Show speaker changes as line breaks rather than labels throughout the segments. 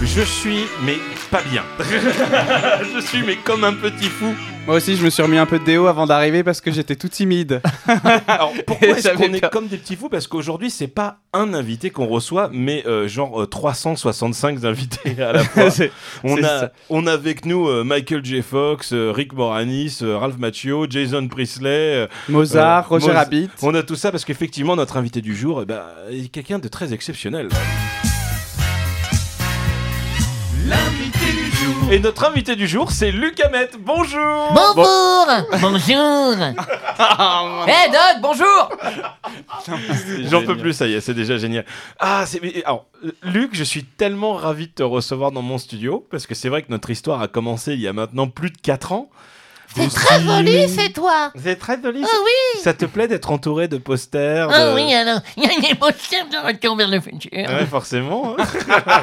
Je suis, mais pas bien. je suis, mais comme un petit fou.
Moi aussi, je me suis remis un peu de déo avant d'arriver parce que j'étais tout timide.
Alors pourquoi
Et
est-ce qu'on
j'avais
est
peur.
comme des petits fous Parce qu'aujourd'hui, c'est pas un invité qu'on reçoit, mais euh, genre euh, 365 invités à la fois.
C'est-
on,
c'est
a,
ça.
on a avec nous euh, Michael J. Fox, euh, Rick Moranis, euh, Ralph Macchio, Jason Priestley. euh,
Mozart,
Euh,
Roger
Moz-
Rabbit.
on a tout ça parce qu'effectivement, notre invité du jour eh ben, est quelqu'un de très exceptionnel. Et notre invité du jour, c'est Luc Hamet. Bonjour
Bonjour Bonjour Eh Doc, bonjour
J'en peux plus, ça y est, c'est déjà génial. Ah, c'est. mais, Alors, euh, Luc, je suis tellement ravi de te recevoir dans mon studio, parce que c'est vrai que notre histoire a commencé il y a maintenant plus de 4 ans.
C'est très joli, c'est toi
C'est très joli.
Ah
oui Ça te plaît d'être entouré de posters
Ah
de-
oui, alors, il est possible de retour vers le futur.
Ouais, forcément. hein.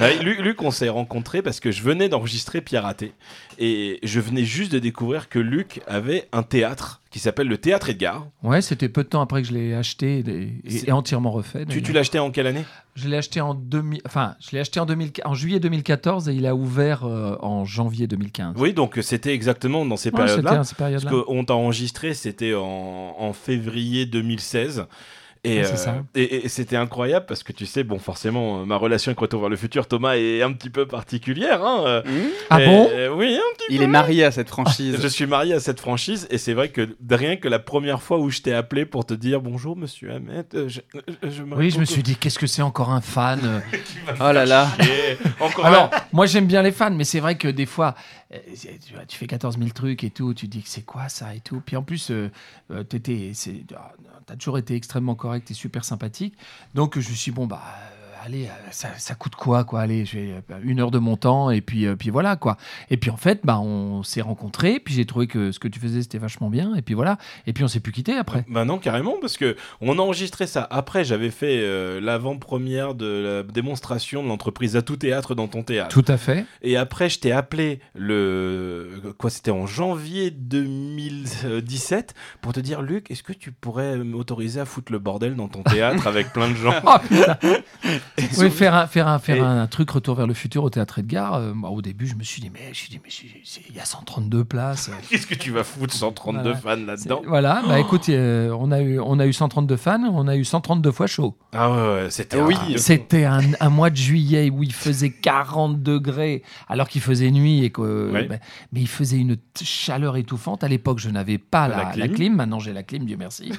Ouais, Lu- Luc, on s'est rencontrés parce que je venais d'enregistrer Piraté. Et je venais juste de découvrir que Luc avait un théâtre qui s'appelle le Théâtre Edgar.
Ouais, c'était peu de temps après que je l'ai acheté et, et-
C'est-
et entièrement refait.
Tu,
d'ailleurs.
tu l'as acheté en quelle année
Je l'ai acheté en 2000, enfin, je l'ai acheté en 2000 en juillet 2014 et il a ouvert euh, en janvier 2015.
Oui, donc c'était exactement dans ces
Ouais, c'était
périodes-là.
à cette période
Parce qu'on t'a enregistré, c'était en, en février 2016. Et, euh,
Ouais, c'est ça.
et- et c'était incroyable parce que tu sais, bon, forcément, euh, ma relation avec Retour vers le futur, Thomas, est un petit peu particulière. hein, euh,
Ah
et-
bon
euh, Oui, hein,
Il est marié à cette franchise.
Je suis marié à cette franchise et c'est vrai que de rien que la première fois où je t'ai appelé pour te dire bonjour monsieur Ahmed, euh, je, euh, je me-
Oui, je me suis dit, qu'est-ce que c'est encore un fan euh.
Oh là là.
Et encore
Alors, Ah moi j'aime bien les fans, mais c'est vrai que des fois, euh, c'est- tu, vois, tu fais 14 000 trucs et tout, tu te dis que c'est quoi ça et tout. Puis en plus, euh, euh, t'étais- c'est- ah, t'as toujours été extrêmement correct et super sympathique. Donc je me suis dit, bon, bah. euh, Allez, euh, ça, ça coûte quoi, quoi Allez, j'ai euh, une heure de mon temps et puis, euh, puis voilà, quoi. Et puis en fait, bah, on s'est rencontrés, puis j'ai trouvé que ce que tu faisais, c'était vachement bien, et puis voilà. Et puis on s'est plus quitté après.
Bah non, carrément, parce que on a enregistré ça. Après, j'avais fait euh, l'avant-première de la démonstration de l'entreprise à tout théâtre dans ton théâtre.
Tout à fait.
Et après, je t'ai appelé le. Quoi, c'était en janvier 2017 pour te dire, Luc, est-ce que tu pourrais m'autoriser à foutre le bordel dans ton théâtre avec plein de gens
Oh putain Oui, faire un, faire un, faire
Et-
un, un truc Retour vers le futur au théâtre Edgar. euh, moi, au début, je me suis dit, mais je suis dit, mais c'est- c'est- il y a 132 places.
Qu'est-ce que tu vas foutre 132
Voilà.
fans là-dedans
Voilà, bah écoute, euh, on, a eu, on a eu 132 fans, on a eu 132 fois chaud.
Ah ouais, ouais, c'était
Oui.
un-
C'était un, un mois de juillet où il faisait 40 degrés, alors qu'il faisait nuit et que.
Ouais.
bah, mais il faisait une t- chaleur étouffante. À l'époque, je n'avais pas
Pas la
la, la
clim.
clim. Maintenant, j'ai la clim, Dieu merci.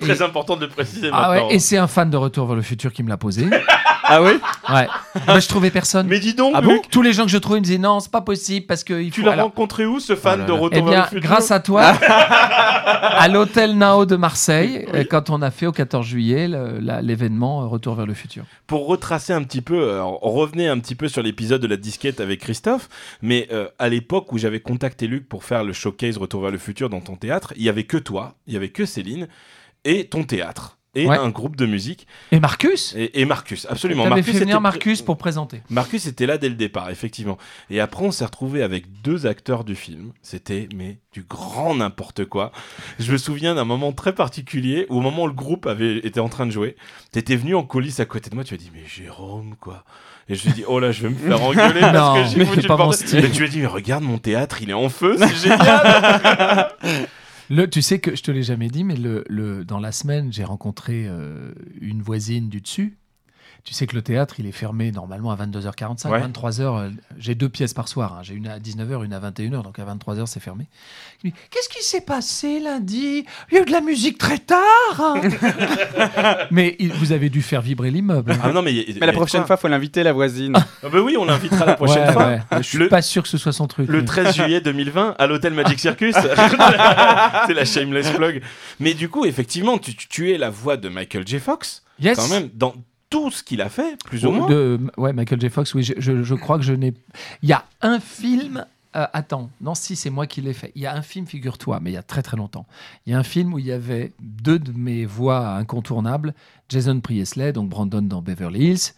très important de le préciser
Ah ouais,
maintenant.
et c'est un fan de Retour vers le futur qui me l'a posé.
Ah oui
Ouais. Bah, je trouvais personne.
Mais dis donc,
Ah
Luc,
Tous les gens que je trouvais me disaient non, c'est pas possible parce que il
tu
faut.
l'as
Alors,
rencontré où ce fan
Oh là
de
là.
Retour
eh
vers
bien,
le futur
grâce à toi, à l'hôtel Nao de Marseille, euh, quand on a fait au 14 juillet le- la- l'événement euh, Retour vers le futur.
Pour retracer un petit peu, euh, on revenait un petit peu sur l'épisode de la disquette avec Christophe, mais euh, à l'époque où j'avais contacté Luc pour faire le showcase Retour vers le futur dans ton théâtre, il y avait que toi, il y avait que Céline et ton théâtre. Et
Ouais.
un groupe de musique.
Et Marcus
Et, et Marcus, absolument.
T'avais fait
était
venir
pr-
Marcus pour présenter.
Marcus était là dès le départ, effectivement. Et après, on s'est retrouvé avec deux acteurs du film. C'était, mais, du grand n'importe quoi. Je me souviens d'un moment très particulier où, au moment où le groupe avait, était en train de jouer, t'étais venu en coulisses à côté de moi, tu as dit, mais Jérôme, quoi. Et je me suis dit, oh là, je vais me faire engueuler parce
Non,
que j'ai
mais
foutu le
pas mon
bordel.
style.
Mais tu as dit, mais regarde mon théâtre, il est en feu, c'est génial.
Le, tu sais que je te l'ai jamais dit, mais le, le- dans la semaine, j'ai rencontré euh, une voisine du dessus. Tu sais que le théâtre, il est fermé normalement à 22h45,
Ouais.
23h. euh, j'ai deux pièces par soir. hein. J'ai une à 19h, une à 21h, donc à 23h, c'est fermé. Il me dit, Qu'est-ce qui s'est passé lundi Il y a eu de la musique très tard hein. Mais il- vous avez dû faire vibrer l'immeuble. hein.
ah non, mais,
Mais la prochaine fois, faut l'inviter, la voisine.
Ah bah oui, on l'invitera la prochaine
Ouais,
fois.
ouais. Je suis
Le-
pas sûr que ce soit son truc.
Le
mais-
13 juillet 2020 à l'hôtel Magic Circus. c'est la shameless plug. Mais du coup, effectivement, tu, tu- tu es la voix de Michael J. Fox,
Yes.
quand même, dans tout ce qu'il a
Oh,
fait, plus ou moins.
De, ouais, Michael J. Fox, oui, je, je- je crois que je n'ai. Il y a un film euh, attends, non, si, c'est moi qui l'ai fait. Il y a un film, figure-toi, mais il y a très très longtemps. Il y a un film où il y avait deux de mes voix incontournables, Jason Priestley, donc Brandon dans Beverly Hills.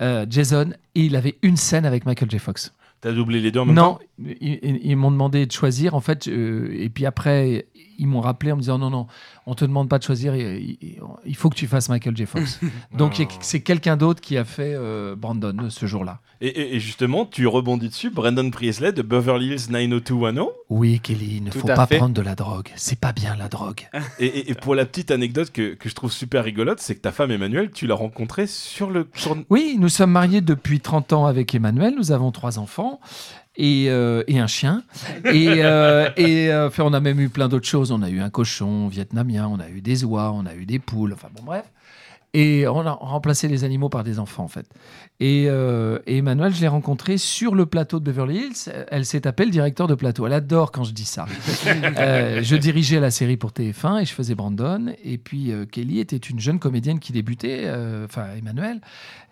euh, Jason, et il avait une scène avec Michael J. Fox.
T'as doublé les deux en même temps
non, ils, ils- ils m'ont demandé de choisir, en fait, euh, et puis après, ils m'ont rappelé en me disant non, non, on te demande pas de choisir, il, il- il faut que tu fasses Michael J. Fox. Donc,
Oh.
c'est quelqu'un d'autre qui a fait euh, Brandon euh, ce jour-là.
Et, et- et justement, tu rebondis dessus, Brandon Priestley de Beverly Hills 90210.
Oui, Kelly, il ne
Tout
faut
à
pas
fait.
prendre de la drogue. C'est pas bien la drogue.
Et, et- et pour la petite anecdote que, que je trouve super rigolote, c'est que ta femme Emmanuelle, tu l'as rencontrée sur le tourn-
Oui, nous sommes mariés depuis 30 ans avec Emmanuel. Nous avons trois enfants et, euh, et un chien. Et, euh, et, euh, enfin, on a même eu plein d'autres choses. On a eu un cochon vietnamien, on a eu des oies, on a eu des poules. Enfin bon, bref. Et on a remplacé les animaux par des enfants, en fait. Et, euh, et Emmanuel, je l'ai rencontrée sur le plateau de Beverly Hills. Elle s'est appelée le directeur de plateau. Elle adore quand je dis ça. Euh, je dirigeais la série pour TF1 et je faisais Brandon. Et puis euh, Kelly était une jeune comédienne qui débutait, euh, enfin Emmanuel.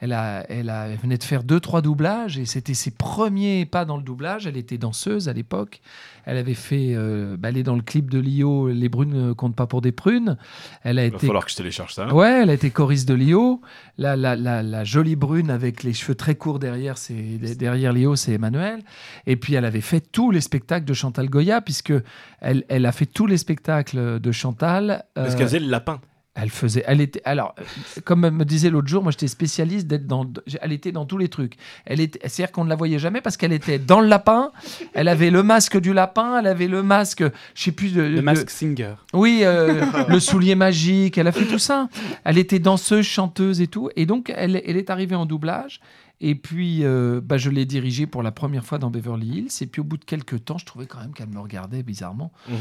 Elle, a, elle, a, elle venait de faire deux, trois doublages et c'était ses premiers pas dans le doublage. Elle était danseuse à l'époque. Elle avait fait euh, bah, elle est dans le clip de Lio, Les brunes ne comptent pas pour des prunes. Elle a
Il va
été
falloir que je télécharge ça.
Ouais, elle a été choriste de Lio. La, la, la, la jolie brune avec les cheveux très courts derrière, c'est de- derrière Lio, c'est Emmanuel. Et puis elle avait fait tous les spectacles de Chantal Goya, puisque elle, elle a fait tous les spectacles de Chantal.
Parce
Euh,
qu'elle faisait le lapin.
elle faisait, elle était, alors, euh, comme me disait l'autre jour, moi j'étais spécialiste d'être dans, elle était dans tous les trucs. Elle était, c'est-à-dire qu'on ne la voyait jamais parce qu'elle était dans le lapin. Elle avait le masque du lapin, elle avait le masque, je sais plus de,
Le
de-
Mask Singer.
oui, euh, le soulier magique, elle a fait tout ça. Elle était danseuse, chanteuse et tout. Et donc, elle, elle est arrivée en doublage. Et puis, euh, bah, je l'ai dirigée pour la première fois dans Beverly Hills. Et puis, au bout de quelques temps, je trouvais quand même qu'elle me regardait bizarrement.
Mhm.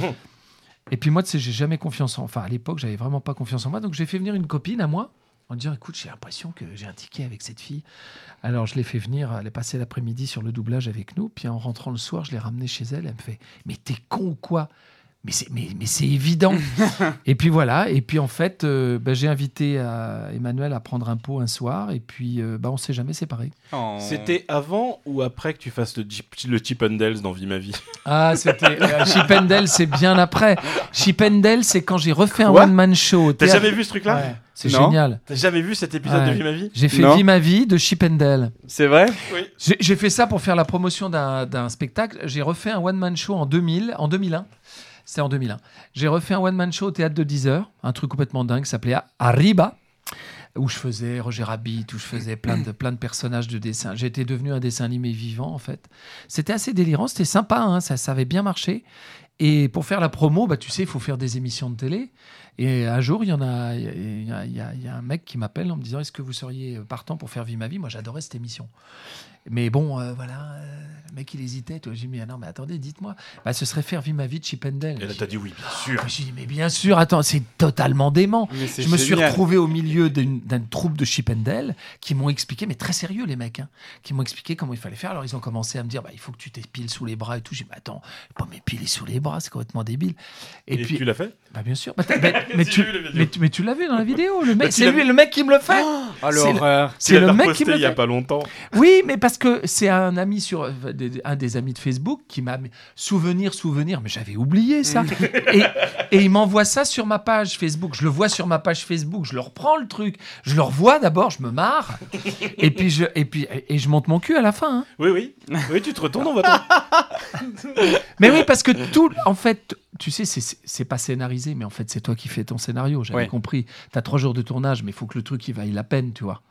Et puis, moi, tu sais, j'ai jamais confiance en. Enfin, à l'époque, j'avais vraiment pas confiance en moi. Donc, j'ai fait venir une copine à moi en disant Écoute, j'ai l'impression que j'ai un ticket avec cette fille. Alors, je l'ai fait venir. Elle est passée l'après-midi sur le doublage avec nous. Puis, en rentrant le soir, je l'ai ramenée chez elle. Elle me fait Mais t'es con ou quoi mais c'est, mais, mais c'est évident. et puis voilà. Et puis en fait, euh, bah, j'ai invité à Emmanuel à prendre un pot un soir. Et puis euh, bah, on s'est jamais séparés.
Oh.
C'était avant ou après que tu fasses le, Jeep- le Chip and Dale's dans Vie ma vie
Ah, c'était. Chipendel, c'est bien après. Chipendel, c'est quand j'ai refait un
Quoi
one-man show. au
T'as
théâtre.
jamais vu ce truc-là
Ouais, C'est
Non.
génial.
T'as jamais vu cet épisode
Ouais.
de Vie ma vie
J'ai fait
Non.
Vie ma vie de Chipendel.
C'est vrai
J'ai j'ai fait ça pour faire la promotion d'un d'un spectacle. J'ai refait un one-man show en 2000, en 2001. C'était en 2001. J'ai refait un one-man show au théâtre de 10 heures, un truc complètement dingue qui s'appelait A- Arriba, où je faisais Roger Rabbit, où je faisais plein de, plein de personnages de dessin. J'étais devenu un dessin animé vivant, en fait. C'était assez délirant, c'était sympa, hein, ça, ça avait bien marché. Et pour faire la promo, bah, tu sais, il faut faire des émissions de télé. Et un jour, il y en a, il y a- il y a- il y a un mec qui m'appelle en me disant Est-ce que vous seriez partant pour faire Vie ma vie Moi, j'adorais cette émission. Mais bon, euh, voilà, euh, le mec, il hésitait. Toi, j'ai dit Mais non, mais attendez, dites-moi. Bah, ce serait faire Vie ma vie de Chip and Dale.
Et là, t'as dit oui, bien sûr.
J'ai dit Mais bien sûr, attends, c'est totalement dément.
Mais c'est
Je me suis
génial.
retrouvé au milieu d'une d'une troupe de Chipendel qui m'ont expliqué, mais très sérieux les mecs, hein, qui m'ont expliqué comment il fallait faire. Alors ils ont commencé à me dire, bah, il faut que tu t'épiles sous les bras et tout. J'ai dit, mais attends, je vais pas m'épiler sous les bras, c'est complètement débile. Et,
Et,
puis,
tu l'as fait
bah, bien sûr, Bah, t'as- bah, mais,
Si,
tu,
j'ai vu la vidéo.
mais, tu- mais tu l'as vu dans la vidéo, le
Bah,
mec,
tu
c'est
l'as
lui,
vu.
le mec qui me le fait.
Oh
C'est le-
l'horreur.
C'est le mec
posté
qui me
il y
le
a
fait.
pas longtemps.
Oui, mais parce que c'est un ami sur euh, des- un des amis de Facebook qui m'a mis- souvenir souvenir, mais j'avais oublié ça. et, et il m'envoie ça sur ma page Facebook. Je le vois sur ma page Facebook. Je le reprends le truc. Je le revois d'abord. Je me marre. et puis je et puis et je monte mon cul à la fin. hein.
Oui, oui. Oui, tu te retournes, on va t'en-
Mais oui, parce que tout, en fait, tu sais, c'est- c'est c'est pas scénarisé, mais en fait, c'est toi qui fais ton scénario. J'avais
Ouais.
compris. T'as trois jours de tournage, mais il faut que le truc il vaille la peine, tu vois.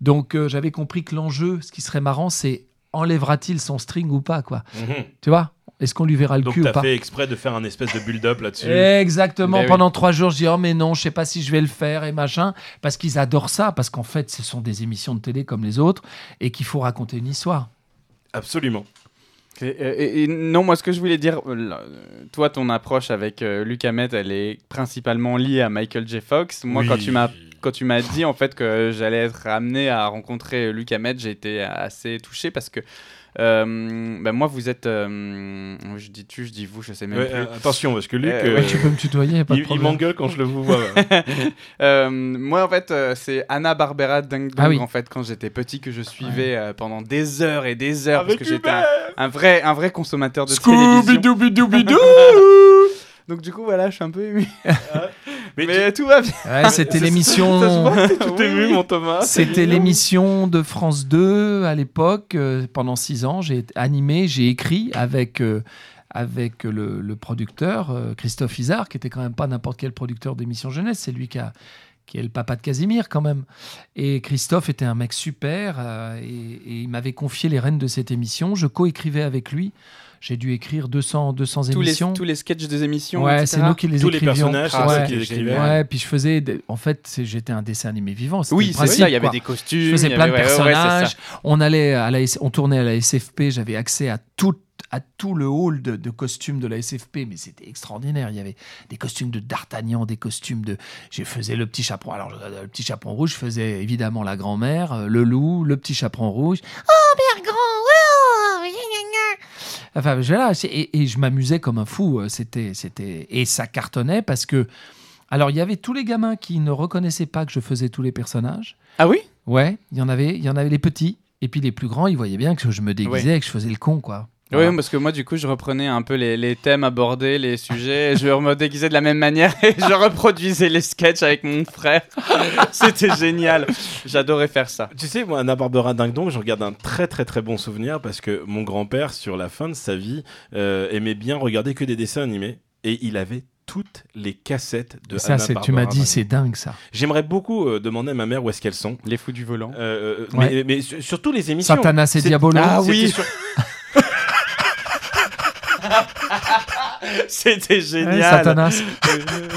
Donc euh, j'avais compris que l'enjeu, ce qui serait marrant, c'est enlèvera-t-il son string ou pas, quoi.
Mhm.
Tu vois Est-ce qu'on lui verra le
Donc
cul ou
t'as
pas Eh.
fait exprès de faire un espèce de build-up là-dessus.
Exactement.
Ben oui.
Pendant trois jours, je dis oh mais non, je sais pas si je vais le faire et machin, parce qu'ils adorent ça, parce qu'en fait, ce sont des émissions de télé comme les autres et qu'il faut raconter une histoire.
Absolument.
Et, et- et non, moi, ce que je voulais dire, euh, là, euh, toi, ton approche avec euh, Luc Hamet, elle est principalement liée à Michael J. Fox. Moi,
Oui.
quand tu m'as quand tu m'as dit en fait que j'allais être amené à rencontrer Luc Hamed, j'ai été assez touché parce que euh, bah, moi vous êtes, euh, je dis tu, je dis vous, je sais même
Ouais,
plus.
euh, attention, parce que Luc,
Euh,
euh,
ouais,
Tu peux me tutoyer, y a pas de
il, il
problème.
m'engueule quand je le vois. ouais.
Euh, moi, en fait, euh, c'est Anna Barbera Ding Dong,
Ah oui.
en fait, quand j'étais petit, que je suivais euh, pendant des heures et des heures,
Avec
parce que j'étais
Hubert
un, un vrai, un vrai consommateur de télévision.
Scooby-Dooby-Dooby-Doo
Donc, du coup, voilà, je suis un peu ému.
Mais,
Mais, tout va bien.
Ouais, c'était
Ça se- ça se
l'émission.
voit, tu t'es
Oui,
vu,
oui.
mon Thomas.
C'était l'émission de France 2 à l'époque. euh, pendant six ans, j'ai animé, j'ai écrit avec, euh, avec le, le producteur euh, Christophe Isard, qui était quand même pas n'importe quel producteur d'émission jeunesse. C'est lui qui, a- qui est le papa de Casimir quand même. Et Christophe était un mec super euh, et, et il m'avait confié les rênes de cette émission. Je co-écrivais avec lui. J'ai dû écrire 200, 200
Tous les,
émissions.
tous les sketchs des émissions.
ouais,
etc.
c'est nous qui les
Tous les
écrivions.
personnages, c'est
Ah,
ça
ouais.
qu'il écrivait.
Ouais, puis je faisais. des- En fait, c'est- j'étais un dessin animé vivant. c'était
Oui,
le
c'est
principe,
ça, il y avait
quoi.
des costumes.
Je faisais
il y
plein de
avait- ouais, ouais, ouais, c'est ça.
personnages. on allait à la, S- on tournait à la SFP. J'avais accès à tout, à tout le hall de, de costumes de la SFP, mais c'était extraordinaire. Il y avait des costumes de D'Artagnan, des costumes de. Je faisais le petit chaperon. Alors euh, le le petit chaperon rouge, je faisais évidemment la grand-mère, euh, le loup, le petit chaperon rouge.
Père grand, wow, gna, gna, gna.
Enfin, je, voilà, c'est- et, et je m'amusais comme un fou. euh, C'était, c'était, et ça cartonnait parce que. Alors, il y avait tous les gamins qui ne reconnaissaient pas que je faisais tous les personnages.
Ah oui
Ouais, il y en avait, il y en avait les petits. Et puis les plus grands, ils voyaient bien que je me déguisais et que je faisais le con, quoi. Voilà.
Oui, parce que moi, du coup, je reprenais un peu les, les thèmes abordés, les sujets, et je me déguisais de la même manière et je reproduisais les sketchs avec mon frère. C'était génial. J'adorais faire ça.
Tu sais, moi, Anna Barbara Ding Dong, je regarde un très très très bon souvenir parce que mon grand-père, sur la fin de sa vie, euh, aimait bien regarder que des dessins animés et il avait toutes les cassettes de
ça,
Anna
c'est, tu m'as
Barbara Ding
dit,
Dong.
c'est dingue, ça.
J'aimerais beaucoup euh, demander à ma mère où est-ce qu'elles sont.
Les fous du volant.
Euh, euh,
Ouais.
mais, mais su- surtout les émissions.
Satanas et
C'est-
Diabolo.
Ah
C'était
oui.
sur-
C'était
Ouais,
génial.
Satanas.
Euh,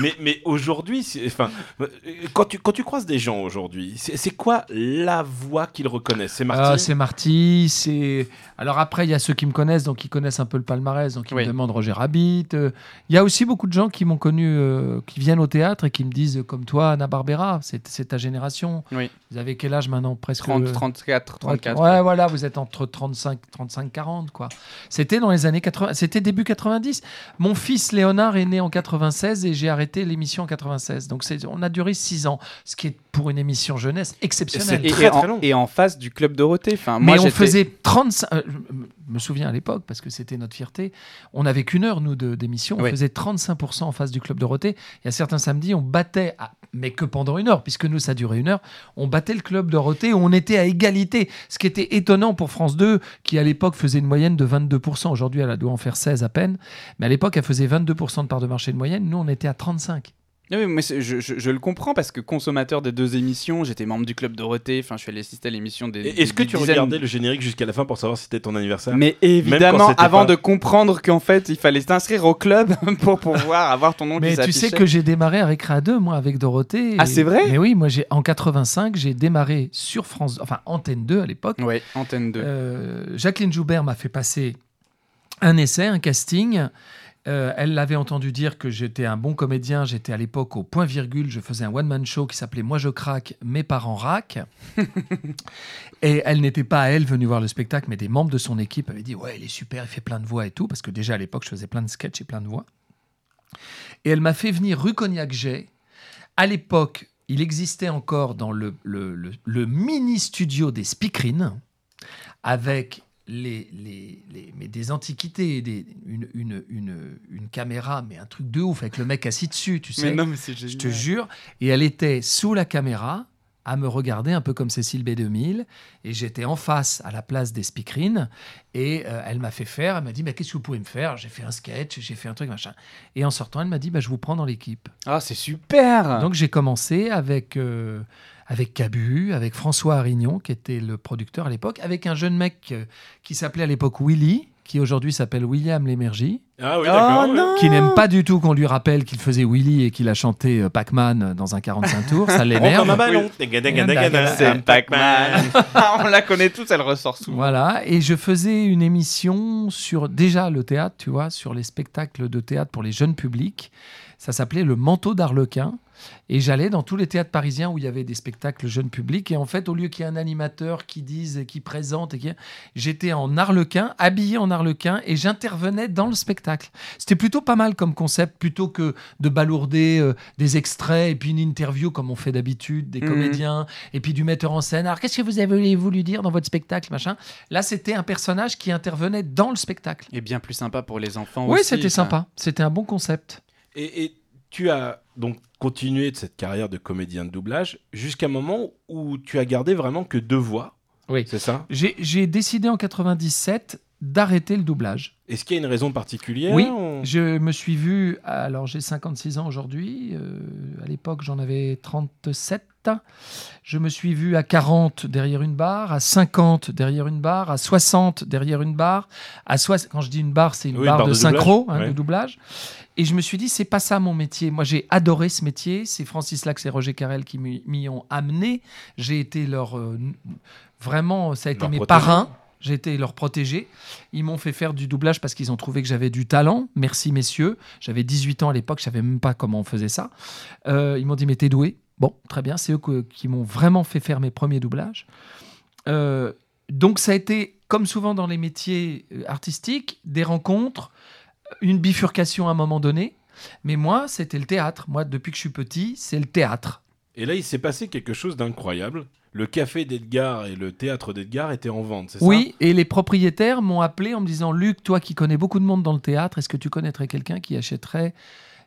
Mais, mais aujourd'hui, c'est- enfin, euh, quand tu, quand tu croises des gens aujourd'hui, c'est c'est quoi la voix qu'ils reconnaissent C'est Marty
Ah, c'est Marty, c'est. Alors après, il y a ceux qui me connaissent, donc ils connaissent un peu le palmarès, donc ils
Oui.
me demandent Roger Rabbit. Euh, Il y a aussi beaucoup de gens qui m'ont connu, euh, qui viennent au théâtre et qui me disent, euh, comme toi, Anna Barbera, c'est c'est ta génération.
Oui.
Vous avez quel âge maintenant Presque
30,
euh,
34, 34.
Ouais, voilà, vous êtes entre 35, 35, 40, quoi. C'était dans les années 80, c'était début 90. Mon fils Léonard est né en 96 et j'ai arrêté l'émission en 96. Donc c'est- on a duré 6 ans, ce qui est pour une émission jeunesse exceptionnelle.
Et,
Très,
et
très
en-
long.
et en face du club Dorothée. Enfin,
Mais
moi,
on
j'étais-
faisait 35. euh, je me- me souviens à l'époque, parce que c'était notre fierté. On n'avait qu'une heure, nous, de- d'émission. On
Oui.
faisait 35% en face du Club Dorothée. Et à certains samedis, on battait, à- mais que pendant une heure, puisque nous, ça durait une heure. On battait le Club Dorothée. On était à égalité. Ce qui était étonnant pour France 2, qui à l'époque faisait une moyenne de 22%. Aujourd'hui, elle doit en faire 16 à peine. Mais à l'époque, elle faisait 22% de part de marché de moyenne. Nous, on était à 35.
Non, Ah mais moi, c'est- je, je- je le comprends parce que consommateur des deux émissions, j'étais membre du club Dorothée. Enfin, je suis allé assister à l'émission des.
Et- Est-ce que
des
tu
dizaines-
regardais le générique jusqu'à la fin pour savoir si c'était ton anniversaire
Mais
quand
évidemment,
c'était
avant
pas-
de comprendre qu'en fait, il fallait t'inscrire au club pour pouvoir avoir ton nom qui
Mais tu sais
s'affichait.
que j'ai démarré à Récréa 2, moi, avec Dorothée.
Ah,
Et-
c'est vrai
Mais oui, moi, j'ai en 85, j'ai démarré sur France, enfin Antenne 2 à l'époque.
Ouais, Antenne 2.
Euh, Jacqueline Joubert m'a fait passer un essai, un casting. Euh, elle l'avait entendu dire que j'étais un bon comédien. J'étais à l'époque au point virgule. Je faisais un one-man show qui s'appelait Moi je craque, mes parents raquent. et elle n'était pas elle venue voir le spectacle, mais des membres de son équipe avaient dit Ouais, il est super, il fait plein de voix et tout. Parce que déjà à l'époque, je faisais plein de sketchs et plein de voix. Et elle m'a fait venir rue Cognac-Jay. À l'époque, il existait encore dans le, le- le- le mini-studio des Speakerines avec les, les, les- mais des antiquités, des, une, une, une, une caméra, mais un truc de ouf, avec le mec assis dessus, tu sais.
mais non, mais c'est génial.
Je te jure. Et elle était sous la caméra à me regarder un peu comme Cécile B2000. Et j'étais en face à la place des speakerines. Et euh, elle m'a fait faire. Elle m'a dit, mais qu'est-ce que vous pouvez me faire J'ai fait un sketch, j'ai fait un truc, machin. Et en sortant, elle m'a dit, bah, je vous prends dans l'équipe.
Ah, c'est super
Donc j'ai commencé avec, euh, avec Cabu, avec François Arignon, qui était le producteur à l'époque, avec un jeune mec euh, qui s'appelait à l'époque Willy, qui aujourd'hui s'appelle William Lémergie,
Ah oui, d'accord.
Oh,
ouais.
qui n'aime pas du tout qu'on lui rappelle qu'il faisait Willy et qu'il a chanté euh, Pac-Man dans un 45 tours,
Rentre dans
ça
ma
l'énerve.
Oh, ballon. Daga, daga, daga, daga.
C'est
Bah,
Pac-Man On la connaît tous, elle ressort souvent.
Voilà, et je faisais une émission sur déjà le théâtre, tu vois, sur les spectacles de théâtre pour les jeunes publics. Ça s'appelait Le Manteau d'Arlequin. Et j'allais dans tous les théâtres parisiens où il y avait des spectacles jeunes publics. Et en fait, au lieu qu'il y ait un animateur qui dise et qui présente, et qui... j'étais en arlequin, habillé en arlequin, et j'intervenais dans le spectacle. C'était plutôt pas mal comme concept, plutôt que de balourder euh, des extraits et puis une interview comme on fait d'habitude, des
Mhm.
comédiens, et puis du metteur en scène. Alors, qu'est-ce que vous avez voulu dire dans votre spectacle, machin Là, c'était un personnage qui intervenait dans le spectacle.
Et bien plus sympa pour les enfants
Oui,
aussi,
c'était
ça.
sympa. C'était un bon concept.
Et, et tu as donc continué de cette carrière de comédien de doublage jusqu'à un moment où tu as gardé vraiment que deux voix.
Oui.
C'est ça
J'ai j'ai décidé en 97 d'arrêter le doublage.
Est-ce qu'il y a une raison particulière
Oui.
ou-
Je me suis vu, alors j'ai 56 ans aujourd'hui, euh, à l'époque j'en avais 37. Je me suis vu à 40 derrière une barre, à 50 derrière une barre, à 60 derrière une barre, à soix- quand je dis une barre, c'est une
Oui,
barre, de, synchro,
doublage,
hein, de
ouais.
doublage. Et je me suis dit, c'est pas ça mon métier. Moi j'ai adoré ce métier, c'est Francis Lax et Roger Carrel qui m'y m'y ont amené. J'ai été leur. euh, n- vraiment, ça a été
Leur
mes
protégé.
parrains. J'ai été leur protégé. Ils m'ont fait faire du doublage parce qu'ils ont trouvé que j'avais du talent. Merci, messieurs. J'avais 18 ans à l'époque, je savais même pas comment on faisait ça. Euh, ils m'ont dit, mais t'es doué. Bon, très bien, c'est eux que- qui m'ont vraiment fait faire mes premiers doublages. Euh, donc, ça a été, comme souvent dans les métiers euh, artistiques, des rencontres, une bifurcation à un moment donné. Mais moi, c'était le théâtre. Moi, depuis que je suis petit, c'est le théâtre.
Et là, il s'est passé quelque chose d'incroyable. Le café d'Edgar et le théâtre d'Edgar étaient en vente, c'est ça
Oui, et les propriétaires m'ont appelé en me disant Luc, toi qui connais beaucoup de monde dans le théâtre, est-ce que tu connaîtrais quelqu'un qui achèterait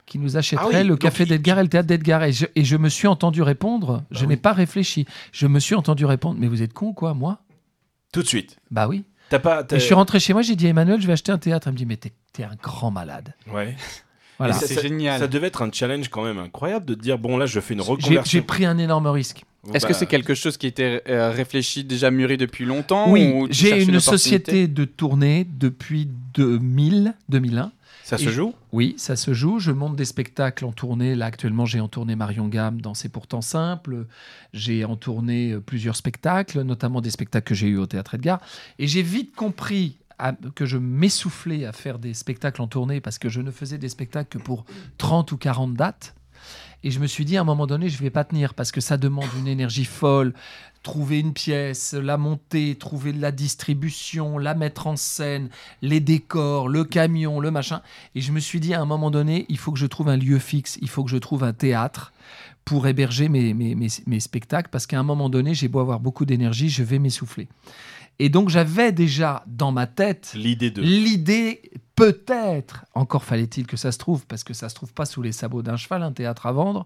qui nous achèterait
Ah oui,
le
donc
café
il- Bah
d'Edgar et le théâtre d'Edgar. Et je, et je me suis entendu répondre, je
oui.
n'ai pas réfléchi, je me suis entendu répondre, mais vous êtes con ou quoi, moi
Tout de suite.
Bah oui.
T'as pas.
Et
t'as-
je suis rentré chez moi, j'ai dit à Emmanuel, je vais acheter un théâtre. Elle me dit, mais t'es t'es un grand malade.
Ouais.
Voilà.
Et ça-
Ah, C'est
ça-
génial.
Ça devait être un challenge quand même incroyable de te dire bon là, je fais une
J'ai j'ai
reconversion.
pris un énorme risque.
Est-ce que
Bah,
c'est quelque chose qui était euh, réfléchi, déjà mûri depuis longtemps
oui,
ou tu
j'ai
cherchais
une
l'opportunité
société de tournée depuis 2000, 2001.
ça se
Et-
joue
Oui, ça se joue. Je monte des spectacles en tournée. Là, actuellement, j'ai en tournée Marion Gamme dans C'est pourtant simple. J'ai en tournée euh, plusieurs spectacles, notamment des spectacles que j'ai eus au Théâtre Edgar. Et j'ai vite compris à- que je m'essoufflais à faire des spectacles en tournée parce que je ne faisais des spectacles que pour 30 ou 40 dates. Et je me suis dit, à un moment donné, je vais pas tenir parce que ça demande une énergie folle. Trouver une pièce, la monter, trouver la distribution, la mettre en scène, les décors, le camion, le machin. Et je me suis dit, à un moment donné, il faut que je trouve un lieu fixe, il faut que je trouve un théâtre pour héberger mes, mes, mes, mes spectacles, parce qu'à un moment donné, j'ai beau avoir beaucoup d'énergie, je vais m'essouffler. Et donc, j'avais déjà dans ma tête
L'idée de.
l'idée, peut-être, encore fallait-il que ça se trouve, parce que ça se trouve pas sous les sabots d'un cheval, un théâtre à vendre,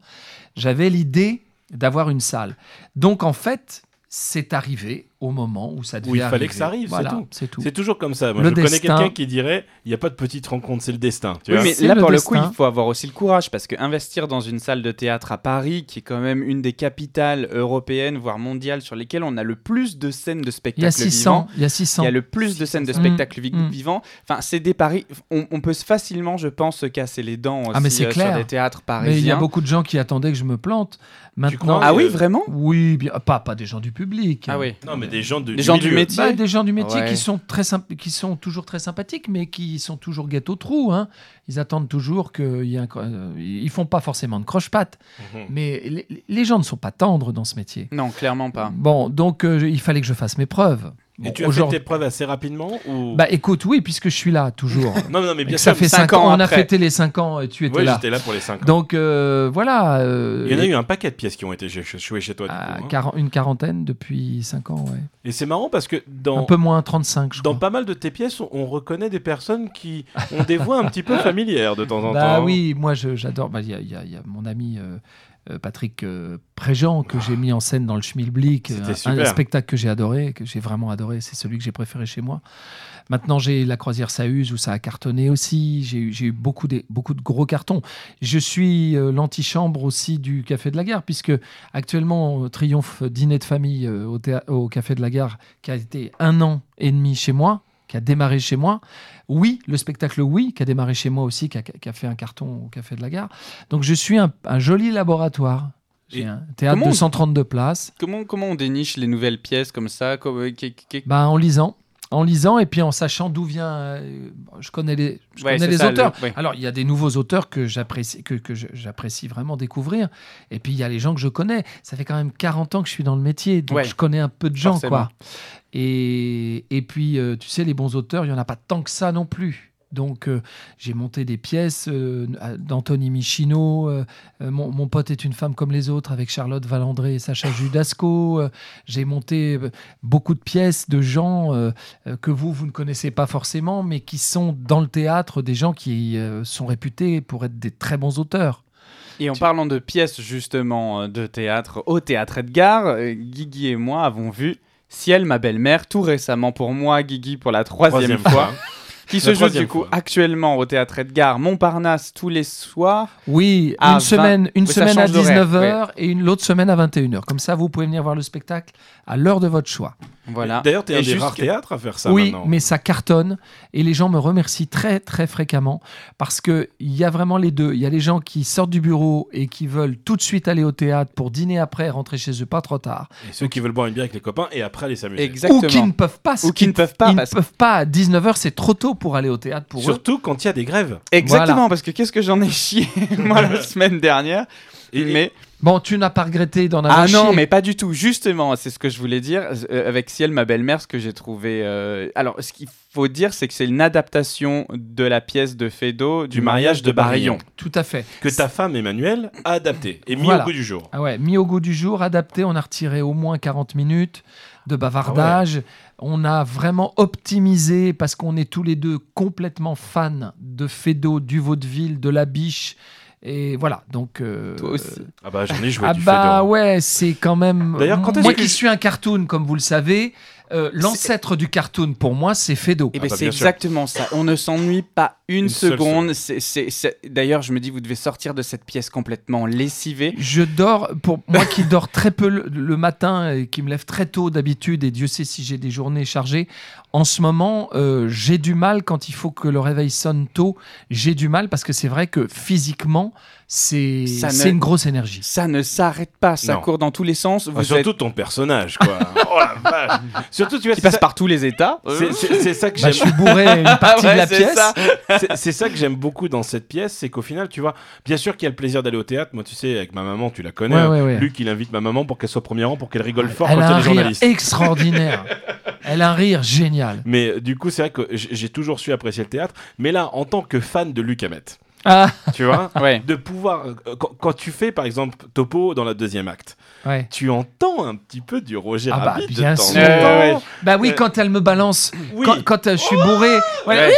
j'avais l'idée d'avoir une salle. Donc, en fait, c'est arrivé au moment où ça devait
Où il fallait
arriver.
que ça arrive, c'est
Voilà,
tout.
c'est tout.
C'est toujours comme ça. Moi,
Le
je connais
destin.
quelqu'un qui dirait il n'y a pas de petite rencontre, c'est le destin. Tu
Oui,
vois
mais
C'est
là,
le
pour le coup,
destin.
il faut avoir aussi le courage parce que investir dans une salle de théâtre à Paris, qui est quand même une des capitales européennes, voire mondiales, sur lesquelles on a le plus de scènes de spectacle
Il y a 600, il y a 600.
Il y a le plus de scènes de
600.
spectacles vi-
Mm, mm.
vivants. Enfin, c'est des paris. On, on peut facilement, je pense, se casser les dents aussi
Ah, mais c'est
euh,
clair.
sur des théâtres parisiens.
Mais il y a beaucoup de gens qui attendaient que je me plante. Maintenant,
crois
Ah oui,
Euh,
vraiment
oui, bien, pas pas des gens du public.
Ah oui.
Non, mais des gens du,
Les gens du
milieu.
métier.
Bah, des gens du métier
Ouais.
qui sont très symp- qui sont toujours très sympathiques, mais qui sont toujours guettes au trou. hein. Ils attendent toujours qu'il y ait un cro- euh, Ils font pas forcément de croche-pattes,
Mhm.
mais les, les gens ne sont pas tendres dans ce métier.
Non, clairement pas.
Bon, donc euh, il fallait que je fasse mes preuves.
Et
Bon,
tu as fait
aujourd'hui-
tes preuves assez rapidement ou...
Bah écoute, oui, puisque je suis là toujours.
Non, non, mais Eh bien
ça
sûr.
fait
cinq
5 ans.
ans
On a
après.
fêté les 5 ans. et Tu étais
Oui,
là.
j'étais là pour les 5 ans.
Donc euh, voilà. euh,
Il y en a eu un paquet de pièces qui ont été jouées chez chez toi. du
à
coup, hein.
quar- une quarantaine depuis 5 ans, ouais.
Et c'est marrant parce que
un
dans,
peu moins 35 je
dans
crois.
pas mal de tes pièces, on, on reconnaît des personnes qui ont des voix un petit peu familières de temps en temps.
Bah oui, moi je- j'adore. Bah, Il y, a- il y a- il y a mon ami euh, euh, Patrick euh, Préjean que j'ai mis en scène dans le Schmilblick,
C'était
euh, un,
super.
un spectacle que j'ai adoré, que j'ai vraiment adoré. C'est celui que j'ai préféré chez moi. Maintenant j'ai la croisière Sahuse où ça a cartonné aussi. J'ai eu, j'ai eu beaucoup, des- beaucoup de gros cartons. Je suis euh, l'antichambre aussi du Café de la Gare puisque actuellement euh, triomphe dîner de famille euh, au, théâ- au Café de la Gare qui a été un an et demi chez moi qui a démarré chez moi. Oui, le spectacle Oui, qui a démarré chez moi aussi, qui a, qui a fait un carton au Café de la Gare. Donc je suis un, un joli laboratoire. J'ai
Et
un théâtre
comment on-
de 132 places.
Comment, comment on déniche les nouvelles pièces comme ça comme- euh, qui- qui- qui-
Bah, en lisant, en lisant et puis en sachant d'où vient. euh, bon, je connais les, je
Ouais,
connais
c'est
les
ça,
auteurs.
le- ouais.
Alors, il y a des nouveaux auteurs que j'apprécie, que, que je- j'apprécie vraiment découvrir. Et puis, il y a les gens que je connais. Ça fait quand même 40 ans que je suis dans le métier, donc
Ouais.
je connais un peu de gens,
Forcément.
quoi. Et, et puis, euh, tu sais, les bons auteurs, il n'y en a pas tant que ça non plus. Donc, euh, j'ai monté des pièces euh, à- d'Anthony Michino, euh, euh, mon, Mon pote est une femme comme les autres, avec Charlotte Valandré et Sacha Judasco. Euh, j'ai monté euh, beaucoup de pièces de gens euh, euh, que vous, vous ne connaissez pas forcément, mais qui sont dans le théâtre des gens qui euh, sont réputés pour être des très bons auteurs.
Et en
Tu-
parlant de pièces justement euh, de théâtre, au théâtre Edgar, euh, Guigui et moi avons vu Ciel, ma belle-mère, tout récemment pour moi, Guigui pour la troisième,
Troisième
fois,
fois.
qui
La
se joue
troisième
du coup
fois.
actuellement au théâtre Edgar Montparnasse tous les soirs.
Oui,
À
une semaine, une
Oui, ça
semaine à
change d'horaire,
19h et une l'autre semaine à 21h. Comme ça, vous pouvez venir voir le spectacle à l'heure de votre choix.
Voilà.
D'ailleurs, t'es
Et
un des
juste
rares
que-
théâtres à faire ça
oui,
maintenant.
mais ça cartonne et les gens me remercient très très fréquemment parce que il y a vraiment les deux. Il y a les gens qui sortent du bureau et qui veulent tout de suite aller au théâtre pour dîner après, rentrer chez eux pas trop tard,
Et ceux qui veulent boire une bière avec les copains et après aller s'amuser.
Exactement.
ou qui ne peuvent pas.
Ou qui ne peuvent pas,
Ils ne
parce-
peuvent pas. À 19h, c'est trop tôt pour aller au théâtre pour eux.
Surtout quand il y a des grèves.
Exactement,
Voilà.
parce que qu'est-ce que j'en ai chié moi la semaine dernière.
Et,
mais
Bon, tu n'as pas regretté d'en avoir
Ah non,
chié.
mais pas du tout. Justement, c'est ce que je voulais dire. Euh, avec Ciel, ma belle-mère, ce que j'ai trouvé. euh, Alors, ce qu'il faut dire, c'est que c'est une adaptation de la pièce de Fédo du,
Du mariage de Barillon.
Tout à fait.
que ta femme Emmanuel a adapté et mis
Voilà.
au goût du jour.
Ah ouais, mis au goût du jour, adapté, on a retiré au moins 40 minutes de bavardage.
Ah
On a vraiment optimisé parce qu'on est tous les deux complètement fans de Fédo, du vaudeville, de la biche. Et voilà, donc. euh,
Toi aussi.
Ah bah j'en ai joué
Ah
du
bah
Fedor.
ouais, c'est quand même.
D'ailleurs, quand est-ce
moi
que
qui
je-
suis un cartoon, comme vous le savez, euh,
C'est-
l'ancêtre du cartoon pour moi, c'est Fédo.
Et
bah,
Eh ben, c'est
bien sûr.
exactement ça. On ne s'ennuie pas une,
Une seule
seconde. C'est- c'est- c'est- D'ailleurs, je me dis, vous devez sortir de cette pièce complètement lessivée.
Je dors, pour moi qui dors très peu le, le matin et qui me lève très tôt d'habitude, et Dieu sait si j'ai des journées chargées, en ce moment, euh, j'ai du mal quand il faut que le réveil sonne tôt. J'ai du mal parce que c'est vrai que physiquement, c'est
Ça ne-
c'est une grosse énergie.
Ça ne s'arrête pas, ça
Non.
court dans tous les sens. Vous
Ah, surtout ton personnage quoi. oh la vache. Surtout tu vois
êtes- qui
c'est
passe
ça-
par tous les états.
c'est- c'est c'est ça que
Bah,
j'aime
je suis bourré une partie
Ouais,
de la
c'est
pièce.
ça.
C'est- c'est ça que j'aime beaucoup dans cette pièce, c'est qu'au final, tu vois, bien sûr qu'il y a le plaisir d'aller au théâtre. Moi, tu sais, avec ma maman, tu la connais.
Ouais,
hein.
ouais, ouais.
Luc, il invite ma maman pour qu'elle soit au premier rang, pour qu'elle rigole fort
Elle
quand
a
il y
un
a des
rire
journalistes.
extraordinaire. Elle a un rire génial.
Mais euh, du coup, c'est vrai que j- j'ai toujours su apprécier le théâtre. Mais là, en tant que fan de Luc Hamet,
Ah,
tu vois,
Ouais.
de pouvoir. euh, Quand, quand tu fais, par exemple, Topo dans la deuxième acte,
ouais.
tu entends un petit peu du Roger
Ah bah,
Rabbit
bien
de temps en
sûr.
temps.
Ouais, ouais, ouais.
Bah oui,
Euh,
quand elle me balance,
Oui.
quand, quand, euh, je suis bourré, ouais,
Ouais.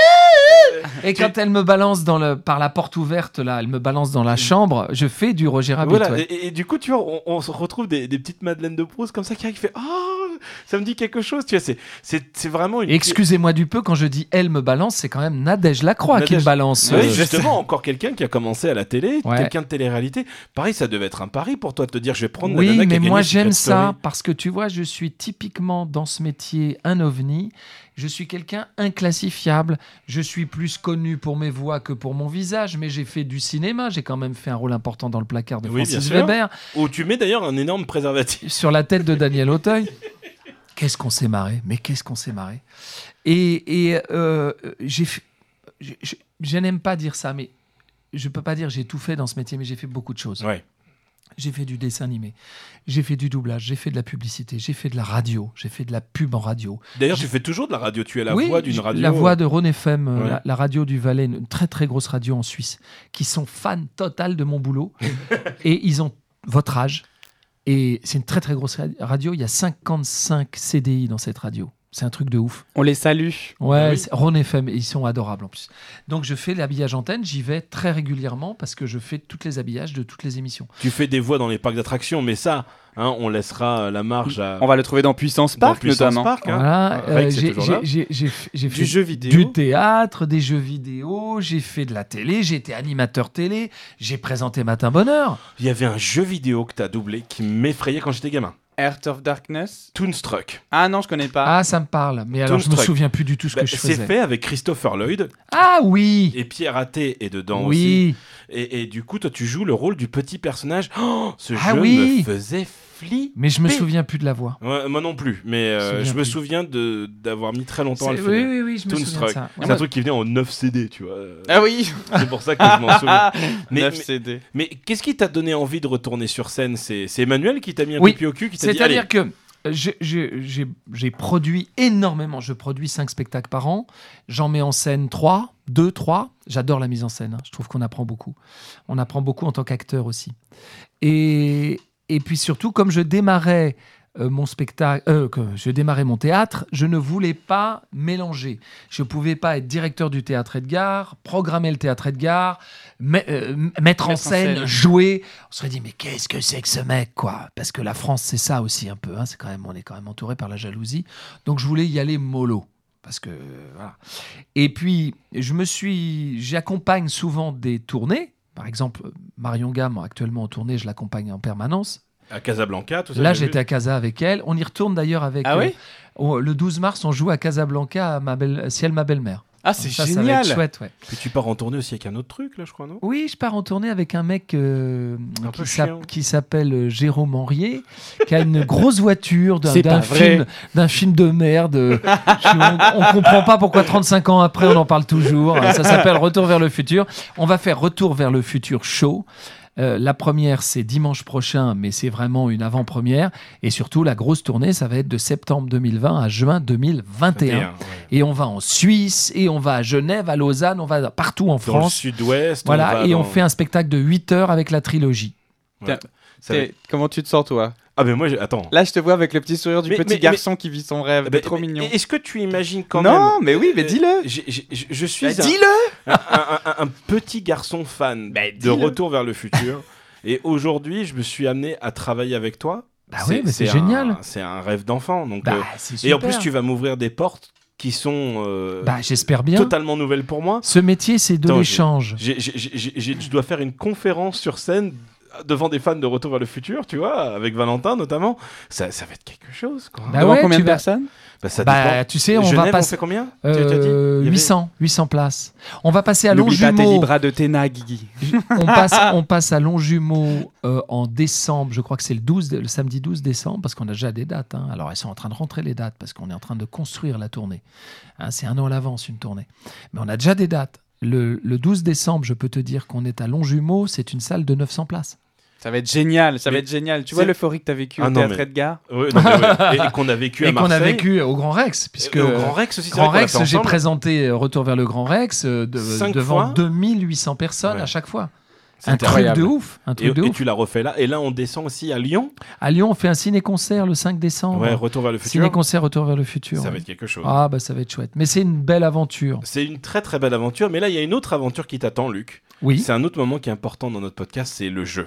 et quand elle me balance dans le, par la porte ouverte, là, elle me balance dans la chambre, je fais du Roger Rabbit.
Mm. Voilà,
Ah, ouais.
et, et- et du coup, tu vois, on, on se retrouve des, des petites Madeleine de Proust comme ça qui arrivent, qui fait Oh, ça me dit quelque chose, tu vois, c'est- c'est c'est vraiment une.
Et Excusez-moi du peu, quand je dis elle me balance, c'est quand même Nadège Lacroix qui me
Nadège-
balance.
Oui,
euh,
justement, encore quelqu'un qui a commencé à la télé,
Ouais.
quelqu'un de télé-réalité. Pareil, ça devait être un pari pour toi de te dire je vais prendre la
oui,
nana qui a
mais
gagné
moi
Secret
j'aime ça
Story.
parce que tu vois, je suis typiquement dans ce métier un ovni. Je suis quelqu'un inclassifiable. Je suis plus connu pour mes voix que pour mon visage, mais j'ai fait du cinéma. J'ai quand même fait un rôle important dans le placard de
Oui, bien
Francis
sûr.
Weber.
Où tu mets d'ailleurs un énorme préservatif.
sur la tête de Daniel Auteuil. Qu'est-ce qu'on s'est marré, mais qu'est-ce qu'on s'est marré. Et, et euh, j'ai, fait- je, je- je n'aime pas dire ça, mais je peux pas dire j'ai tout fait dans ce métier, mais j'ai fait beaucoup de choses.
Ouais.
J'ai fait du dessin animé, j'ai fait du doublage, j'ai fait de la publicité, j'ai fait de la radio, j'ai fait de la pub en radio.
D'ailleurs, tu fais toujours de la radio. Tu es la
Oui,
voix d'une
je-
radio.
La voix de Rhône FM, euh,
Ouais.
la, la radio du Valais, une très très grosse radio en Suisse, qui sont fans total de mon boulot. et ils ont votre âge. Et c'est une très très grosse ra- radio. Il y a 55 CDI dans cette radio. C'est un truc de ouf.
On les salue.
Ouais,
Ah oui.
c'est- Rhône FM, et ils sont adorables en plus. Donc je fais l'habillage antenne, j'y vais très régulièrement parce que je fais toutes les habillages de toutes les émissions.
Tu fais des voix dans les parcs d'attractions, mais ça, hein, on laissera euh, la marge à.
On va le trouver dans Puissance
dans
Park
Puissance
notamment.
Park, hein.
Voilà,
Rex
euh,
est
j'ai
toujours là.
j'ai- j'ai- j'ai f- j'ai fait
Du jeu vidéo.
du théâtre, des jeux vidéo, j'ai fait de la télé, j'ai été animateur télé, j'ai présenté Matin Bonheur.
Il y avait un jeu vidéo que t'as doublé qui m'effrayait quand j'étais gamin.
Earth of Darkness.
Toonstruck.
Ah non, je connais pas.
Ah, ça me parle, mais alors je me
Toonstruck.
souviens plus du tout ce
Bah,
que je
c'est
faisais.
fait avec Christopher Lloyd
Ah oui
et Pierre Athé est dedans aussi.
Oui
Et, et du coup, toi, tu joues le rôle du petit personnage. Oh, ce
Ah
jeu
oui.
me faisait flippé.
Mais je me souviens plus de la voix.
Ouais, moi non plus, mais euh,
Souviens
je me
plus.
souviens de d'avoir mis très longtemps à le
C'est-
finir.
oui, oui, oui, je me souviens
Toonstruck.
de ça.
C'est
Ouais.
un truc qui venait en 9 CD, tu vois. euh,
Ah oui
C'est pour ça que je m'en souviens. Mais,
9
mais-
CD.
mais qu'est-ce qui t'a donné envie de retourner sur scène C'est c'est Emmanuel qui t'a mis un
Oui.
coup de pied au cul, qui t'a dit allez.
C'est-à-dire que euh, j'ai- j'ai j'ai- j'ai produit énormément. Je produis 5 spectacles par an. J'en mets en scène 3, 2, 3. J'adore la mise en scène. hein. Je trouve qu'on apprend beaucoup. On apprend beaucoup en tant qu'acteur aussi. Et, et puis surtout, comme je démarrais euh, mon spectacle, euh, que je démarrais mon théâtre, je ne voulais pas mélanger. Je ne pouvais pas être directeur du théâtre Edgar, programmer le théâtre Edgar, mais- euh, m- mettre
Mettre
en
en
scène,
scène.
jouer. On serait dit, mais qu'est-ce que c'est que ce mec, quoi Parce que la France, c'est ça aussi un peu. hein. C'est quand même, on est quand même entouré par la jalousie. Donc je voulais y aller mollo. Parce que euh, voilà. Et puis je me suis, j'accompagne souvent des tournées. Par exemple, Marion Gamme actuellement en tournée, je l'accompagne en permanence.
À Casablanca, tout ça.
Là,
j'ai vu.
j'étais à Casa avec elle. On y retourne d'ailleurs avec.
Ah
euh,
oui
on- le 12 mars, on joue à Casablanca à ma belle, ciel ma belle-mère.
Ah, c'est
Ça, Ça va
génial
être chouette, ouais.
Puis tu pars en tournée aussi avec un autre truc, là, je crois, non
Oui, je pars en tournée avec un mec euh,
Un peu
qui, s'ap-
chiant.
qui s'appelle euh, Jérôme Henrier, qui a une grosse voiture d'un,
C'est pas
d'un
vrai.
film, d'un film de merde. euh, je- on, on comprend pas pourquoi 35 ans après on en parle toujours. Euh, Ça s'appelle Retour vers le futur. On va faire Retour vers le futur show. Euh, la première, c'est dimanche prochain, mais c'est vraiment une avant-première. Et surtout, la grosse tournée, ça va être de septembre 2020 à juin 2021.
T'es un, ouais.
Et on va en Suisse, et on va à Genève, à Lausanne, on va partout en
Dans le
France.
sud-ouest.
Voilà,
va
et on
dans-
fait un spectacle de 8 heures avec la trilogie.
ça va
T'es-
être-
Comment tu te sens, toi
Ah, mais moi, j'ai- attends.
Là, je te vois avec le petit sourire du
Mais-
petit
mais-
garçon qui vit son rêve.
Eh ben,
trop
mais-
mignon.
Est-ce que tu imagines quand même
non, mais oui, mais
Euh,
dis-le
j'ai- j'ai- j'ai- Je suis
Bah,
un-
Dis-le
un, un- un- un petit garçon fan
Bah,
de
dis-le.
Retour vers le futur. Et aujourd'hui, je me suis amené à travailler avec toi.
Bah oui, mais c'est
un-
génial.
C'est un rêve d'enfant. Donc,
Bah,
euh,
c'est
et en
super.
plus, tu vas m'ouvrir des portes qui sont euh,
Bah, j'espère bien.
totalement nouvelles pour moi.
Ce métier, c'est de
Attends,
l'échange.
J'ai- j'ai- j'ai- j'ai- j'ai- je dois faire une conférence sur scène devant des fans de Retour vers le futur, tu vois, avec Valentin notamment. Ça, ça va être quelque chose, quoi.
Bah
Devant
ouais,
combien
tu
de
vas-
personnes
Bah, ça
Bah,
dépend.
tu sais, on
Genève,
va
fait
passer
combien Tu- tu as dit
euh,
Il y avait-
800, 800 places. On va passer à
N'oublie pas tes
Longjumeau.
libras de tes nains, Guigui.
on, passe, on passe à Longjumeau euh, en décembre. Je crois que c'est le 12, dé- le samedi 12 décembre, parce qu'on a déjà des dates. hein. Alors, elles sont en train de rentrer les dates, parce qu'on est en train de construire la tournée. Hein, c'est un an à l'avance, une tournée. Mais on a déjà des dates. Le, le 12 décembre, je peux te dire qu'on est à Longjumeau. C'est une salle de 900 places.
Ça va être génial, ça
Mais
va être génial. Tu
c'est-
vois l'euphorie que t'as vécue
Ah
au
non,
théâtre
mais-
Edgar
Ouais, non, mais ouais. Et, et qu'on a vécu à
Et qu'on
Marseille. Euh,
a vécu au Grand Rex, puisque
Et au Grand Rex aussi, c'est
Grand
vrai qu'on l'a
Rex,
fait
j'ai
ensemble.
présenté euh, Retour vers le Grand Rex euh, de-
Cinq
devant
fois.
2800 personnes
Ouais.
à chaque fois.
C'est
Un truc
incroyable.
de ouf, un
Et,
truc de
et
ouf.
tu la refais là. Et là, on descend aussi à Lyon.
À Lyon, on fait un ciné-concert le 5 décembre.
Ouais, retour vers le futur.
Ciné-concert Retour vers le futur.
Ça va
ouais.
être quelque chose.
Ah bah ça va être chouette. Mais c'est une belle aventure.
C'est une très très belle aventure. Mais là, il y a une autre aventure qui t'attend, Luc.
Oui.
C'est un autre moment qui est important dans notre podcast, c'est le jeu.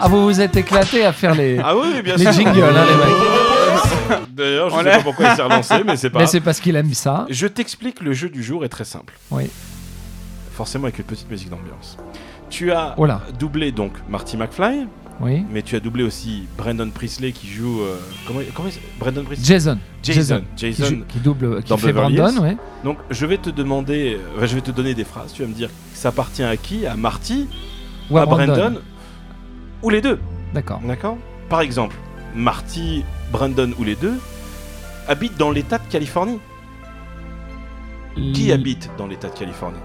Ah vous vous êtes éclatés à faire les,
Ah oui, bien
les
sûr.
jingles, hein, les mecs.
D'ailleurs, je
On
sais
l'a-
pas pourquoi il s'est relancé, mais c'est pas.
Mais
grave.
c'est parce qu'il aime ça.
Je t'explique. Le jeu du jour est très simple.
Oui.
Forcément avec une petite musique d'ambiance. Tu as
Oh là.
doublé donc Marty McFly,
Oui.
mais tu as doublé aussi Brandon Priestley qui joue. euh, comment comment il- Brandon Priestley.
Jason.
Jason.
Qui,
Jason.
joue- qui double, qui
Dans
fait
Beverly
Brandon,
Hills.
ouais.
Donc je vais te demander, euh, enfin, je vais te donner des phrases. Tu vas me dire ça appartient à qui, à Marty,
Ou à
à
Brandon.
Ah, Brandon, ou les deux.
D'accord.
D'accord. Par exemple, Marty, Brandon ou les deux habitent dans l'État de Californie. Qui
L-
habite dans l'État de Californie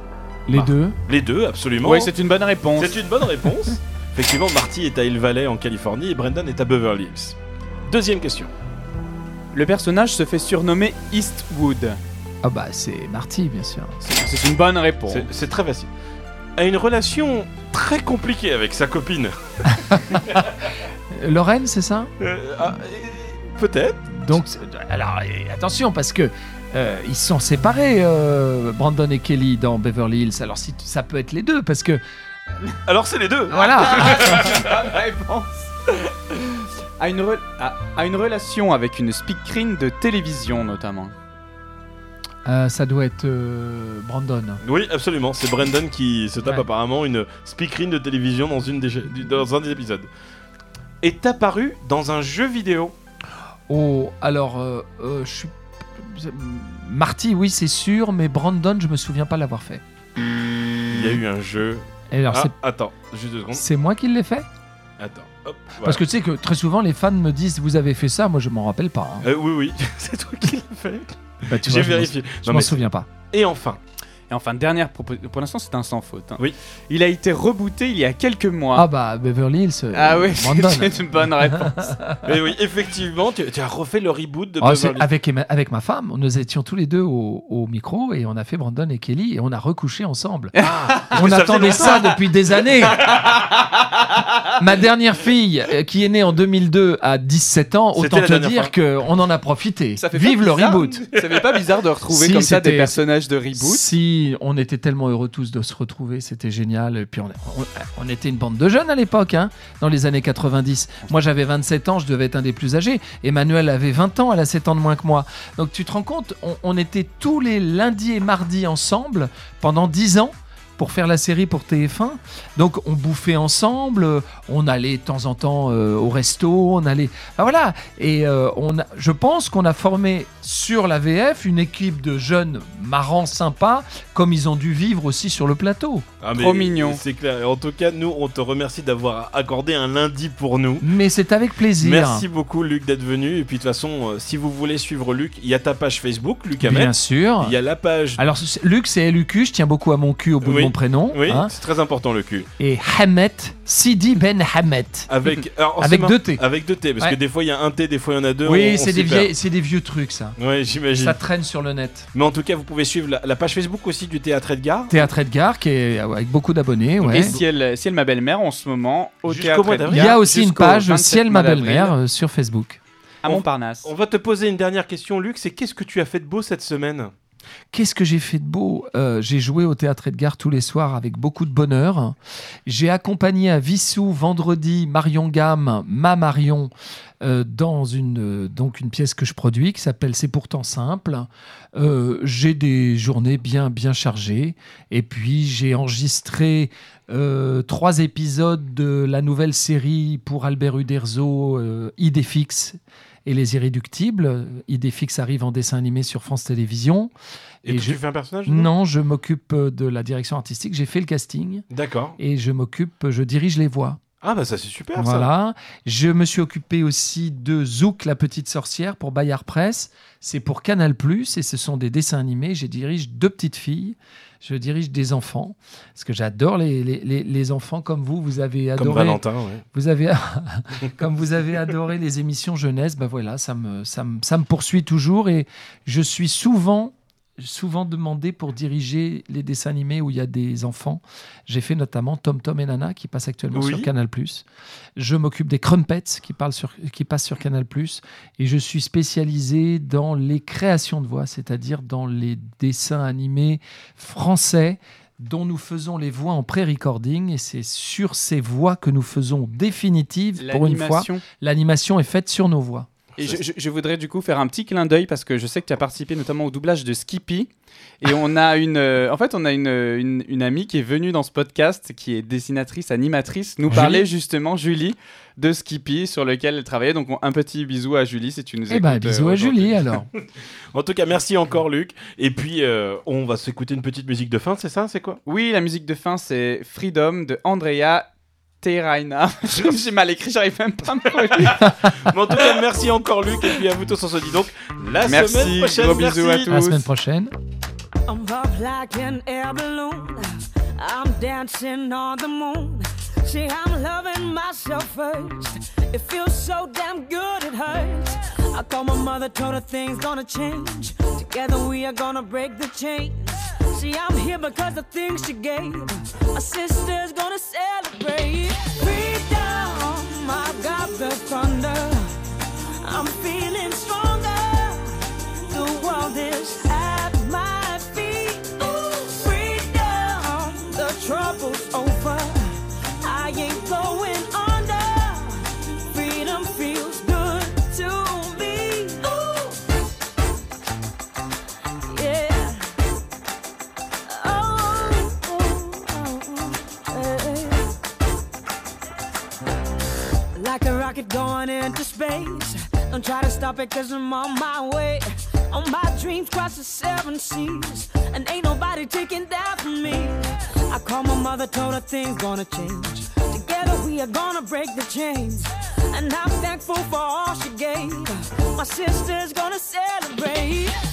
Les
Marc.
deux.
Les deux, absolument.
Oui, c'est une bonne réponse.
C'est une bonne réponse. Effectivement, Marty est à Hill Valley en Californie et Brandon est à Beverly Hills. Deuxième question.
Le personnage se fait surnommer Eastwood.
Ah bah c'est Marty bien sûr.
C'est c'est une bonne réponse.
C'est- C'est très facile. A une relation très compliquée avec sa copine.
Euh, Lorraine c'est ça
Euh, ah, euh, Peut-être.
Donc, c'est- euh, alors et attention parce que euh, ils sont séparés, euh, Brandon et Kelly dans Beverly Hills. Alors si tu- ça peut être les deux parce que
Alors c'est les deux.
Ah. voilà.
Bonne réponse. À une, re- à- à une relation avec une speakerine de télévision notamment.
Euh, ça doit être euh, Brandon.
Oui, absolument. C'est Brandon qui se tape
Ouais.
apparemment une speakerine de télévision dans, une des, du- dans un des épisodes. Est apparu dans un jeu vidéo.
Oh, alors euh, euh, je suis Marty, oui, c'est sûr, mais Brandon, je me souviens pas l'avoir fait.
Il y a eu un jeu.
Et alors,
Ah,
c'est-
attends, juste deux secondes.
c'est moi qui l'ai fait
Attends. Hop,
Parce que tu sais que très souvent, les fans me disent Vous avez fait ça Moi, je m'en rappelle pas. hein.
voilà. Euh, oui, oui, c'est toi qui l'as fait.
Bah, tu
J'ai
vois, je m'en-
vérifié.
Je
Non,
m'en
mais-
souviens pas.
Et enfin,
Et enfin, dernière proposition. Pour l'instant, c'est un sans faute. hein.
Oui.
Il a été rebooté il y a quelques
Ah,
mois.
bah, Beverly Hills. euh,
Ah, oui,
Brandon.
c'est une bonne réponse.
mais Eh oui, effectivement, tu, tu as refait le reboot Ah, de
Ah, c'est-
Beverly.
avec, Emma- avec ma femme, nous étions tous les deux au, au micro et on a fait Brandon et Kelly et on a recouché ensemble. on
Ah, ça faisait
attendait ça depuis des années. ma dernière fille, euh, qui est née en 2002 à 17 ans,
C'était
autant
la
te
dernière
dire qu'on en a profité.
Ça fait pas
Vive le
bizarre
reboot.
Ça fait pas bizarre de retrouver
Si,
comme ça des
c'était-
personnages de reboot.
Si on était tellement heureux tous de se retrouver, c'était génial. Et puis on, on- on était une bande de jeunes à l'époque, hein, dans les années 90. Moi j'avais 27 ans, je devais être un des plus âgés. Emmanuel avait 20 ans, elle a 7 ans de moins que moi. Donc tu te rends compte, on, on était tous les lundis et mardis ensemble pendant 10 ans pour faire la série pour TF1. Donc on bouffait ensemble, euh, on allait de temps en temps euh, au resto, on allait... Ah, voilà, et euh, on a- je pense qu'on a formé sur la VF une équipe de jeunes marrants, sympas, comme ils ont dû vivre aussi sur le plateau.
Ah,
Trop mignon.
C'est clair. Et en tout cas, nous, on te remercie d'avoir accordé un lundi pour nous.
Mais c'est avec plaisir.
Merci beaucoup, Luc, d'être venu. Et puis, de toute façon, euh, si vous voulez suivre Luc, il y a ta page Facebook, Luc Hamet.
Bien sûr. Ah
Il y a la page.
Alors, c'est- Luc, c'est LUQ, je tiens beaucoup à mon cul au bout
Oui.
de mon prénom.
oui,
hein.
c'est très important, le cul.
Et Hamet, Sidi Ben Hamet.
Avec, alors, c'est
Avec
marrant.
deux T.
Avec deux T, parce
Ouais.
que des fois, il y a un T, des fois, il y en a deux. Ah, on-
Oui,
on
c'est
s'y
des,
perd.
vieilles- c'est des vieux trucs, ça.
Ouais, j'imagine.
Ça traîne sur le net.
Mais en tout cas, vous pouvez suivre la, la page Facebook aussi du Théâtre Edgar.
Théâtre Edgar, qui est euh, avec beaucoup d'abonnés. ouais.
Et ciel, ciel ma belle-mère en ce moment au
Jusqu'au
théâtre
mois d'avril.
Il y a aussi une
jusqu'au
page
27
Ciel ma
mois d'avril
belle-mère euh, sur Facebook.
à Montparnasse.
On va te poser une dernière question, Luc. C'est qu'est-ce que tu as fait de beau cette semaine
Qu'est-ce que j'ai fait de beau Euh, J'ai joué au théâtre Edgar tous les soirs avec beaucoup de bonheur. J'ai accompagné à Vissou vendredi Marion Gamme, ma Marion, euh, dans une, euh, donc une pièce que je produis qui s'appelle C'est pourtant simple. Euh, j'ai des journées bien, bien chargées. Et puis j'ai enregistré euh, trois épisodes de la nouvelle série pour Albert Uderzo, euh, Idéfix. Et les irréductibles. Idéfix arrive en dessin animé sur France Télévisions.
Et,
Et
que
je-
tu fais un personnage dedans
Non, je m'occupe euh, de la direction artistique. J'ai fait le casting
D'accord.
et je m'occupe, je dirige les voix.
Ah, bah ça, c'est super ça.
Voilà. Je me suis occupé aussi de Zouk, la petite sorcière, pour Bayard Press. C'est pour Canal Plus et ce sont des dessins animés. Je dirige deux petites filles. Je dirige des enfants parce que j'adore les, les, les- les enfants comme vous. Vous avez
Comme
adoré.
Valentin, ouais.
Vous avez, comme vous avez adoré les émissions jeunesse, ben voilà, ça me, ça, me, ça me poursuit toujours et je suis souvent, souvent demandé pour diriger les dessins animés où il y a des enfants. J'ai fait notamment Tom Tom et Nana qui passe actuellement
Oui.
sur Canal+. Je m'occupe des Crumpets qui, parlent sur, qui passent sur Canal+. Et je suis spécialisé dans les créations de voix, c'est-à-dire dans les dessins animés français dont nous faisons les voix en pré-recording et c'est sur ces voix que nous faisons définitives pour une fois.
L'animation.
L'animation est faite sur nos voix.
Et je, je- je voudrais du coup faire un petit clin d'œil parce que je sais que tu as participé notamment au doublage de Skippy. Et on a une, euh, en fait, on a une, euh, une, une amie qui est venue dans ce podcast, qui est dessinatrice, animatrice, nous parler justement Julie de Skippy sur lequel elle travaillait. Donc on- un petit bisou à Julie si tu nous
Eh ben,
écoutes, euh,
bisous à
aujourd'hui.
Julie alors.
En tout cas, merci encore, Luc. Et puis, euh, on va s'écouter une petite musique de fin, c'est ça C'est quoi
Oui, la musique de fin c'est Freedom de Andrea. Teraina. J'ai mal écrit, j'arrive même pas à me corriger.
Mais en tout cas, merci encore, Luc. Et puis, à vous tous, on se dit donc la
Merci,
semaine prochaine.
gros bisous
merci.
à tous.
À la semaine prochaine.
I'm up like an air balloon. I'm dancing on the moon. See, I'm loving myself first. It feels so damn good, it hurts. I called my mother, told her things gonna change. Together we are gonna break the chains. See, I'm here because the things she gave. My sister's gonna celebrate. Freedom, I got the thunder. I'm feeling stronger. The world is at my feet. Ooh, freedom. The trouble's over. I ain't going under. Freedom feels good to me. Ooh. Yeah. Oh, oh, oh, oh, yeah like a rocket going into space. Don't try to stop it, cause I'm on my way. All my dreams cross the seven seas, and ain't nobody taking that from me. I called my mother, told her things gonna change. Together we are gonna break the chains, and I'm thankful for all she gave. My sister's gonna celebrate. Oh,